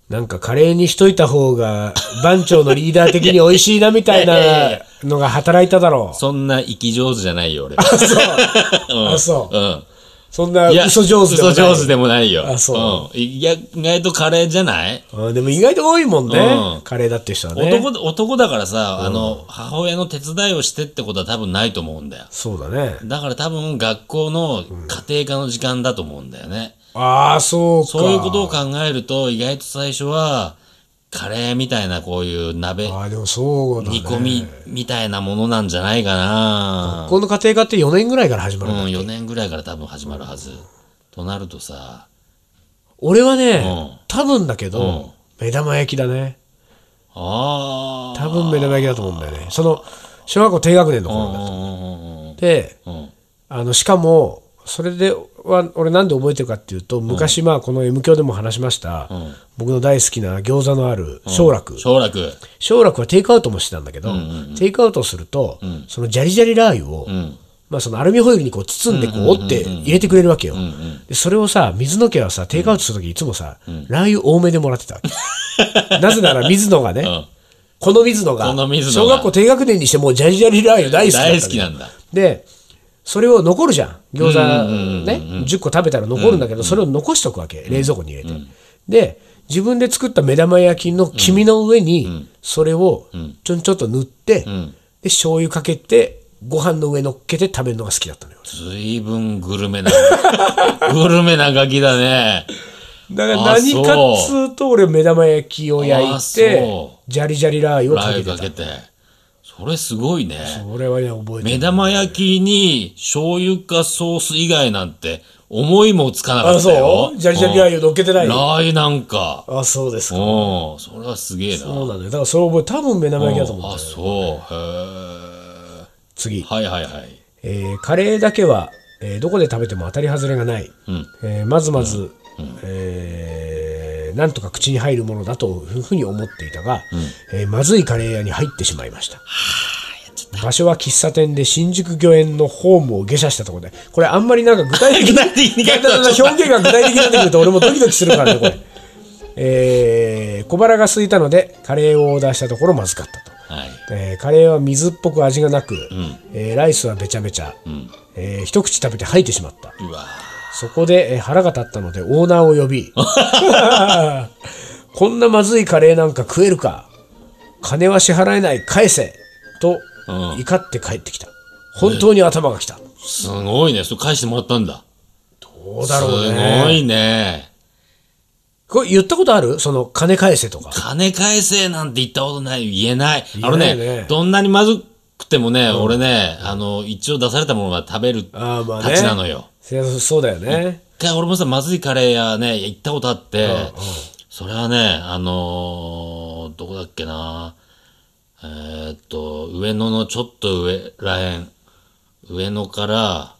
[SPEAKER 1] なんかカレーにしといた方
[SPEAKER 2] (laughs)
[SPEAKER 1] が番長のリーダー的に美味しいなみたい
[SPEAKER 2] いやいやい
[SPEAKER 1] な
[SPEAKER 2] や
[SPEAKER 1] のが働いただろう。
[SPEAKER 2] そんな生き上手じゃないよ、俺。うん
[SPEAKER 1] あそう
[SPEAKER 2] うん。
[SPEAKER 1] そんない
[SPEAKER 2] や
[SPEAKER 1] 嘘上手でもない
[SPEAKER 2] 嘘上手でもないよ。
[SPEAKER 1] あそ
[SPEAKER 2] うん。いや、意外とカレーじゃない、
[SPEAKER 1] あでも意外と多いもんね、
[SPEAKER 2] うん
[SPEAKER 1] カレーだって人はね。
[SPEAKER 2] 男、男だからさ、あの、母親の手伝いをしてってことは多分ないと思うんだよ。
[SPEAKER 1] そうだね。
[SPEAKER 2] だから多分学校の家庭科の時間だと思うんだよね。
[SPEAKER 1] ああ、そうか。
[SPEAKER 2] そういうことを考えると、意外と最初は、カレーみたいなこういう鍋、
[SPEAKER 1] ああ、でもそうだね。
[SPEAKER 2] 煮込みみたいなものなんじゃないかな。
[SPEAKER 1] この家庭科って4年ぐらいから始ま
[SPEAKER 2] う
[SPEAKER 1] るん
[SPEAKER 2] ん、
[SPEAKER 1] だ。
[SPEAKER 2] 4年ぐらいから多分始まるはず。となるとさ、
[SPEAKER 1] 俺はね、
[SPEAKER 2] うん
[SPEAKER 1] 多分だけど、
[SPEAKER 2] うん
[SPEAKER 1] 目玉焼きだね。
[SPEAKER 2] ああ。
[SPEAKER 1] 多分目玉焼きだと思うんだよね。その、小学校低学年の頃だっ
[SPEAKER 2] う
[SPEAKER 1] た。で、
[SPEAKER 2] んうんうんうんうん。
[SPEAKER 1] あの、しかも、それでは、俺なんで覚えてるかっていうと、昔、まあ、この M 教でも話しました、
[SPEAKER 2] ん
[SPEAKER 1] 僕の大好きな餃子のある小楽。
[SPEAKER 2] 奨楽。
[SPEAKER 1] 小楽はテイクアウトもしてたんだけど、テイクアウトすると、そのジャリジャリラー油を、
[SPEAKER 2] うん。
[SPEAKER 1] まあ、そのアルミホイルにこう包んでこう折って入れてくれるわけよ。でそれをさ、水野家はさ、テイクアウトするときいつもさ、ラー油多めでもらってたわけ。なぜなら水野がね、
[SPEAKER 2] ん
[SPEAKER 1] この水野が
[SPEAKER 2] この水野が
[SPEAKER 1] 小学校低学年にしてもうジャリジャリラー油大好きだった
[SPEAKER 2] 大好きなんだ。
[SPEAKER 1] で、それを残るじゃん。餃子ね、10個食べたら残るんだけど、それを残しとくわけ。冷蔵庫に入れて。で、自分で作った目玉焼きの黄身の上に、それをちょんちょっと塗って、で、醤油かけて、ご飯の上乗っけて食べるのが好きだったのよ。
[SPEAKER 2] ずいぶんグルメな、 (laughs) グルメなガキだね。
[SPEAKER 1] だから
[SPEAKER 2] あ
[SPEAKER 1] 何かっつうと、俺目玉焼きを焼
[SPEAKER 2] あ
[SPEAKER 1] いて
[SPEAKER 2] そ、
[SPEAKER 1] ジャリジャリラー油を
[SPEAKER 2] ラ
[SPEAKER 1] かけ
[SPEAKER 2] ー
[SPEAKER 1] て
[SPEAKER 2] 油か
[SPEAKER 1] た
[SPEAKER 2] け。て。それすごいね。
[SPEAKER 1] 俺はね、覚えて
[SPEAKER 2] 目
[SPEAKER 1] る。
[SPEAKER 2] 玉焼きに醤油かソース以外なんて思いもつかなか
[SPEAKER 1] あ、
[SPEAKER 2] ったよ
[SPEAKER 1] そ。うジャリジャリラー油乗っけてな
[SPEAKER 2] う
[SPEAKER 1] い
[SPEAKER 2] んラー油なんか。
[SPEAKER 1] あ、そうです
[SPEAKER 2] う
[SPEAKER 1] か。
[SPEAKER 2] ん。それはすげえな。
[SPEAKER 1] そうなんだよ。だからそれ覚え、多分目玉焼きだと思う
[SPEAKER 2] あ、
[SPEAKER 1] んだよ。
[SPEAKER 2] そう。へえ。
[SPEAKER 1] 次。
[SPEAKER 2] はいはいはい。
[SPEAKER 1] えーカレーだけは、えーどこで食べても当たり外れがない、えーまずまず、えーなんとか口に入るものだというふうに思っていたが、えーまずいカレー屋に入ってしまいました場所は喫茶店で新宿御苑のホームを下車したところでこれあんまりなんか具体的な
[SPEAKER 2] 具体的に書いてある
[SPEAKER 1] 表現が具体的になってくると俺もドキドキするからねこれ、えー小腹が空いたのでカレーをオーダーしたところまずかったと
[SPEAKER 2] はい。
[SPEAKER 1] えーカレーは水っぽく味がなく、えーライスはべちゃべちゃ、えー一口食べて吐いてしまった
[SPEAKER 2] うわ
[SPEAKER 1] そこで、えー腹が立ったのでオーナーを呼
[SPEAKER 2] (laughs)
[SPEAKER 1] びこんなまずいカレーなんか食えるか金は支払えない返せと
[SPEAKER 2] うん
[SPEAKER 1] 怒って帰ってきた本当に頭がきた、
[SPEAKER 2] すごいね。それ返してもらったんだ。
[SPEAKER 1] どうだろう
[SPEAKER 2] すご
[SPEAKER 1] ね
[SPEAKER 2] いね。
[SPEAKER 1] これ言ったことあるその金返せとか
[SPEAKER 2] 金返せなんて言ったことない。言えない。
[SPEAKER 1] 言
[SPEAKER 2] あ
[SPEAKER 1] え
[SPEAKER 2] の
[SPEAKER 1] ないね
[SPEAKER 2] ね、どんなにまずくてもね、俺ね、あの、一応出されたものが食べる
[SPEAKER 1] あーまあね
[SPEAKER 2] たちなのよ。
[SPEAKER 1] せそうだよね
[SPEAKER 2] 一回俺もさ、まずいカレー屋ね、行ったことあって、それはね、あのーどこだっけな。えーっと、上野のちょっと上らへん。上野から、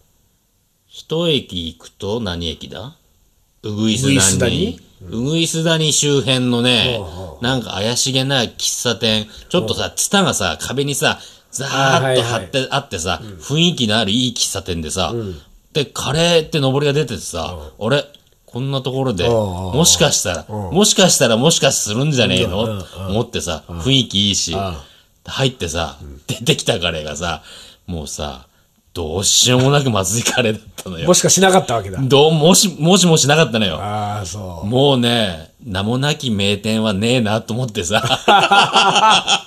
[SPEAKER 2] 一駅行くと何駅だうぐいす谷うぐいす谷周辺のね、なんか怪しげな喫茶店、ちょっとさ、ツタがさ、壁にさ、ザーッと貼ってあってさ、雰囲気のあるいい喫茶店でさ、で、カレーって上りが出ててさ、あれこんなところで、
[SPEAKER 1] ん
[SPEAKER 2] もしかしたら、もしかしたらもしかするんじゃねえのと思ってさ、雰囲気いいし、入ってさ、出てきたカレーがさ、もうさ、どうしようもなくまずいカレーだったのよ
[SPEAKER 1] も。しかしなかったわけだ
[SPEAKER 2] どう、もし、もしもしなかったのよ。
[SPEAKER 1] ああそう
[SPEAKER 2] もうね、名もなき名店はねえなと思って (laughs) さ。な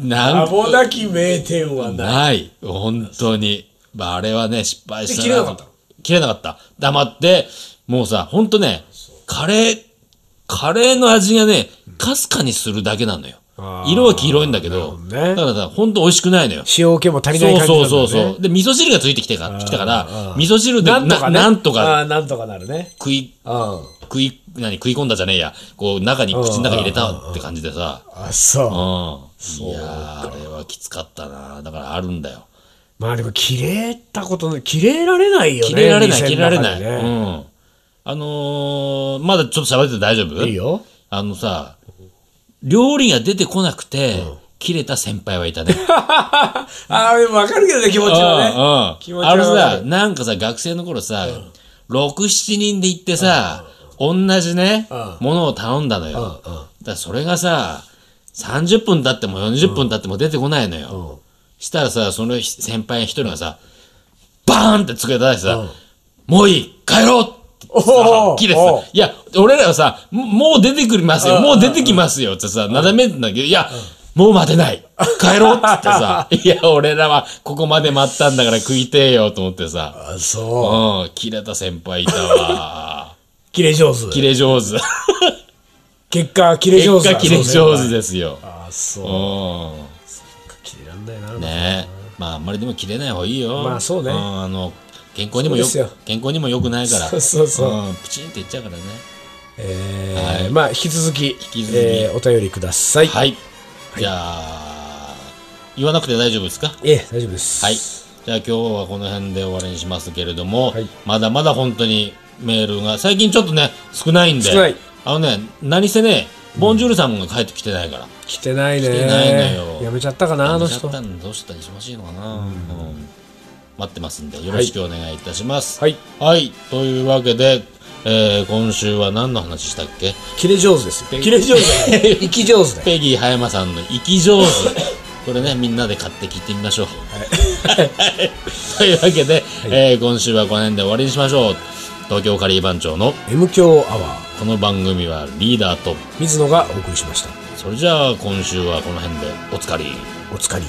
[SPEAKER 1] 名
[SPEAKER 2] ん
[SPEAKER 1] もなき名店はない
[SPEAKER 2] ない。本当に。まあ、あれはね、失敗し
[SPEAKER 1] で
[SPEAKER 2] た
[SPEAKER 1] 切れなかったの
[SPEAKER 2] 切れなかった。黙って、もうさ、ほんとね、カレー、カレーの味がね、かすかにするだけなのよ
[SPEAKER 1] あ。ー
[SPEAKER 2] 色は黄色いんだけ
[SPEAKER 1] なるほ
[SPEAKER 2] ど、
[SPEAKER 1] どね
[SPEAKER 2] だからさ、ほんと美味しくないのよ。
[SPEAKER 1] 塩気も足りない感じなん
[SPEAKER 2] そう
[SPEAKER 1] だ
[SPEAKER 2] そ
[SPEAKER 1] よ
[SPEAKER 2] う
[SPEAKER 1] ね
[SPEAKER 2] そうそう。で、味噌汁がついてきてかきたから、味噌汁で
[SPEAKER 1] な
[SPEAKER 2] なん
[SPEAKER 1] とかね。
[SPEAKER 2] なんと
[SPEAKER 1] あ
[SPEAKER 2] か
[SPEAKER 1] ーなんとかなるね。
[SPEAKER 2] 食い、
[SPEAKER 1] うん。
[SPEAKER 2] 食い、何、食い込んだじゃねえや。こう、中に、口の中に入れたって感じでさ。
[SPEAKER 1] あ、
[SPEAKER 2] うん。
[SPEAKER 1] そう。
[SPEAKER 2] いやー、あれはきつかったな。だからあるんだよ。
[SPEAKER 1] まあでも、切れたことない。切れられないよね。
[SPEAKER 2] 切れられない、切
[SPEAKER 1] 店
[SPEAKER 2] れら
[SPEAKER 1] の
[SPEAKER 2] れ
[SPEAKER 1] 中
[SPEAKER 2] ない。
[SPEAKER 1] で
[SPEAKER 2] う
[SPEAKER 1] ね
[SPEAKER 2] ん。あのー、まだちょっと喋ってて大丈夫
[SPEAKER 1] いいよ。
[SPEAKER 2] あのさ、料理が出てこなくて、切れた先輩はい
[SPEAKER 1] (laughs)
[SPEAKER 2] たね。
[SPEAKER 1] ああ、でもわかるけどね、気持ちはね。気
[SPEAKER 2] う
[SPEAKER 1] 持
[SPEAKER 2] んう
[SPEAKER 1] ち
[SPEAKER 2] ん。
[SPEAKER 1] は
[SPEAKER 2] あの
[SPEAKER 1] わか
[SPEAKER 2] さ、
[SPEAKER 1] る。
[SPEAKER 2] なんかさ、学生の頃さ、6、7人で行ってさ、同じね
[SPEAKER 1] うん、
[SPEAKER 2] ものを頼んだのよ。だからそれがさ、30分経っても40分経っても出てこないのよ。したらさ、その先輩一人がさ、バーンって机叩いてさ、
[SPEAKER 1] うん
[SPEAKER 2] もういい帰ろうって
[SPEAKER 1] おー
[SPEAKER 2] はっきりさ
[SPEAKER 1] おー
[SPEAKER 2] いや、俺らはさ、ももう出てくりますよ、もう出てきますよってさ、なだめてんだけど、いや、もう待てない帰ろうって言って
[SPEAKER 1] (laughs)
[SPEAKER 2] さ、いや、俺らはここまで待ったんだから食いてえよと思ってさ、
[SPEAKER 1] あそう
[SPEAKER 2] うん、切れた先輩い
[SPEAKER 1] (laughs)
[SPEAKER 2] たわ。
[SPEAKER 1] 切れ上手
[SPEAKER 2] 切れ上手。
[SPEAKER 1] 結果切れ
[SPEAKER 2] 結
[SPEAKER 1] 上手
[SPEAKER 2] 果切れ上手
[SPEAKER 1] で
[SPEAKER 2] ですよ。
[SPEAKER 1] あ
[SPEAKER 2] う
[SPEAKER 1] そ
[SPEAKER 2] ん。
[SPEAKER 1] う切れらんないな、
[SPEAKER 2] ねえ。まあ、あんまりでも切れない方がいいよ。
[SPEAKER 1] まあそうね
[SPEAKER 2] んあの、健康にもよ
[SPEAKER 1] そうですよ
[SPEAKER 2] 健康にも良くないから。。
[SPEAKER 1] そうそうそうん
[SPEAKER 2] プチンっていっちゃうからね。
[SPEAKER 1] えーまあ引き続き引
[SPEAKER 2] き続き
[SPEAKER 1] えーお便りください、い、
[SPEAKER 2] はい。じゃあ、言わなくて大丈夫ですか
[SPEAKER 1] ええ大丈夫です
[SPEAKER 2] はい。じゃあ今日はこの辺で終わりにしますけれども、
[SPEAKER 1] はい
[SPEAKER 2] まだまだ本当にメールが、最近ちょっとね、少ないんで、
[SPEAKER 1] 少ない
[SPEAKER 2] あのね、何せね、ボンジュールさんが帰ってきてないから、
[SPEAKER 1] 来てないね
[SPEAKER 2] 来てないのよ
[SPEAKER 1] やめちゃったかなあの
[SPEAKER 2] どうしち
[SPEAKER 1] 人
[SPEAKER 2] ゃった
[SPEAKER 1] は
[SPEAKER 2] んどうしたら忙しいのかな、うん待ってますんで、よろしくお願いいたします。
[SPEAKER 1] い
[SPEAKER 2] はい。というわけで、えー今週は何の話したっけ
[SPEAKER 1] 切れ上手ですよ切れ上手じゃない (laughs) 生き上手だよ
[SPEAKER 2] ペギー葉山さんの生き上手。これね、みんなで買って聞いてみましょう。 (laughs) というわけで、えー今週はこの辺で終わりにしましょう。東京カリー番長の
[SPEAKER 1] M 強アワー
[SPEAKER 2] この番組はリーダーと、
[SPEAKER 1] 水野がお送りしました
[SPEAKER 2] それじゃあ今週はこの辺でおつかり。
[SPEAKER 1] お疲れ